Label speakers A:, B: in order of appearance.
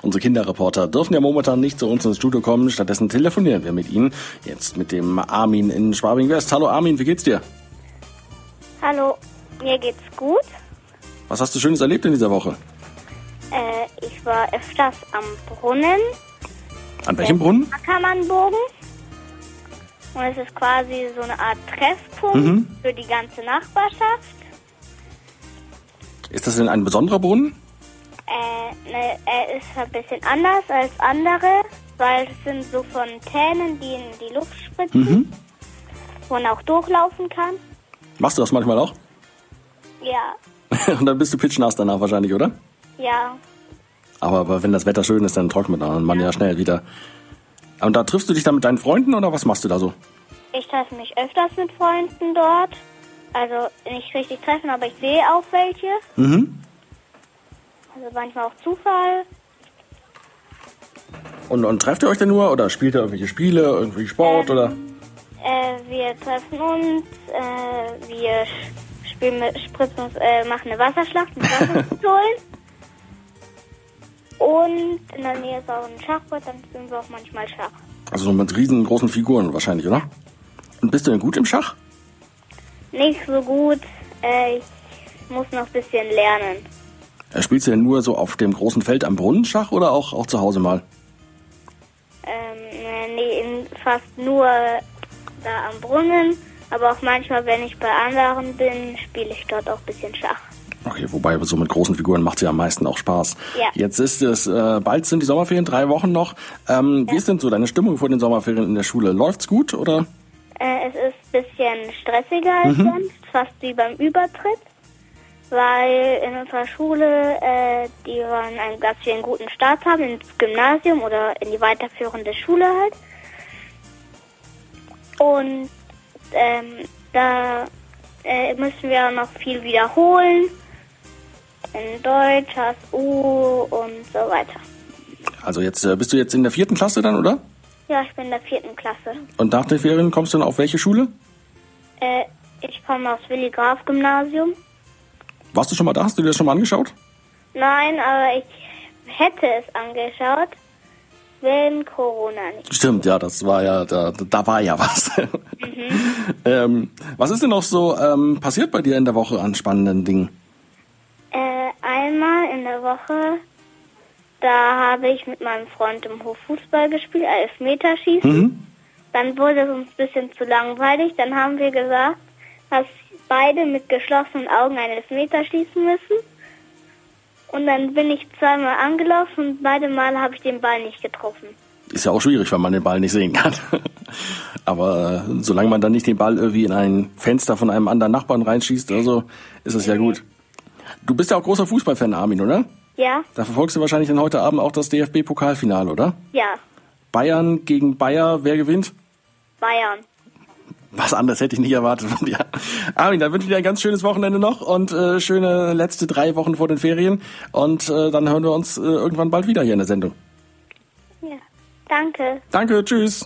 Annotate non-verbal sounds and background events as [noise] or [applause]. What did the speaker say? A: Unsere Kinderreporter dürfen ja momentan nicht zu uns ins Studio kommen. Stattdessen telefonieren wir mit ihnen. Jetzt mit dem Armin in Schwabing-West. Hallo Armin, wie geht's dir?
B: Hallo, mir geht's gut.
A: Was hast du Schönes erlebt in dieser Woche?
B: Äh, ich war öfters am Brunnen,
A: An welchem Brunnen?
B: Ackermannbogen. Und es ist quasi so eine Art Treffpunkt
A: Mhm.
B: für die ganze Nachbarschaft.
A: Ist das denn ein besonderer Brunnen?
B: Äh, ne, er ist ein bisschen anders als andere, weil es sind so Fontänen, die in die Luft spritzen, wo man auch durchlaufen kann.
A: Machst du das manchmal auch? [laughs]
B: Ja,
A: Und dann bist du pitschnass danach wahrscheinlich, oder?
B: ja,
A: Aber, aber wenn das Wetter schön ist, dann trocknet man ja schnell wieder. Und da triffst du dich dann mit deinen Freunden oder was machst du da so?
B: Ich treffe mich öfters mit Freunden dort. Also nicht richtig treffen, aber ich sehe auch welche.
A: Mhm.
B: Also manchmal auch Zufall.
A: Und, und trefft ihr euch denn nur oder spielt ihr irgendwelche Spiele, irgendwie Sport oder?
B: Äh, wir treffen uns, äh, wir sch- spielen mit, spritzen uns, äh, machen eine Wasserschlacht
A: [laughs]
B: mit Wasserpistolen. Und in der Nähe ist auch ein Schachbrett, dann spielen wir auch manchmal Schach.
A: Also so mit riesengroßen Figuren wahrscheinlich, oder? Und bist du denn gut im Schach?
B: Nicht so gut, äh, ich muss noch ein bisschen lernen.
A: Äh, Spielst du denn nur so auf dem großen Feld am Brunnen Schach oder auch, auch zu Hause mal?
B: Ähm, äh, nee, in- fast nur da am Brunnen. Aber auch manchmal, wenn ich bei anderen bin, spiele ich dort auch ein bisschen Schach.
A: Okay, wobei so mit großen Figuren macht es ja am meisten auch Spaß.
B: Ja.
A: Jetzt ist es, äh, bald sind die Sommerferien, drei Wochen noch. Ähm, Wie ist denn so deine Stimmung vor den Sommerferien in der Schule? Läuft's gut oder?
B: Äh, es ist ein bisschen stressiger als sonst, fast wie beim Übertritt. Weil in unserer Schule, äh, die wollen, einen, dass wir einen guten Start haben ins Gymnasium oder in die weiterführende Schule halt. Und ähm, da äh, müssen wir noch viel wiederholen. In Deutsch, HSU und so weiter.
A: Also jetzt äh, bist du jetzt in der vierten Klasse dann, oder?
B: Ja, ich bin in der vierten Klasse.
A: Und nach den Ferien kommst du dann auf welche Schule?
B: Äh, ich komme aufs Willi Graf Gymnasium.
A: Warst du schon mal da? Hast du dir das schon mal angeschaut?
B: Nein, aber ich hätte es angeschaut, wenn Corona nicht.
A: Stimmt, ja, das war ja, da, da war ja was. [laughs] ähm, was ist denn noch so ähm, passiert bei dir in der Woche an spannenden Dingen?
B: Äh, einmal in der Woche, da habe ich mit meinem Freund im Hof Fußball gespielt, Elfmeterschießen. Dann wurde es uns ein bisschen zu langweilig. Dann haben wir gesagt, dass beide mit geschlossenen Augen einen Elfmeter schießen müssen. Und dann bin ich zweimal angelaufen und beide Male habe ich den Ball nicht getroffen.
A: Ist ja auch schwierig, wenn man den Ball nicht sehen kann. [laughs] Aber äh, solange man dann nicht den Ball irgendwie in ein Fenster von einem anderen Nachbarn reinschießt oder so, ist es ja gut. Du bist ja auch großer Fußballfan, Armin, oder?
B: Ja,
A: Da verfolgst du wahrscheinlich dann heute Abend auch das DFB-Pokalfinale, oder?
B: ja,
A: Bayern gegen Bayer, wer gewinnt?
B: Bayern.
A: Was anderes hätte ich nicht erwartet von dir. [laughs] Armin, dann wünsche ich dir ein ganz schönes Wochenende noch und äh, schöne letzte drei Wochen vor den Ferien. Und äh, dann hören wir uns äh, irgendwann bald wieder hier in der Sendung.
B: Ja. Danke.
A: Danke, tschüss.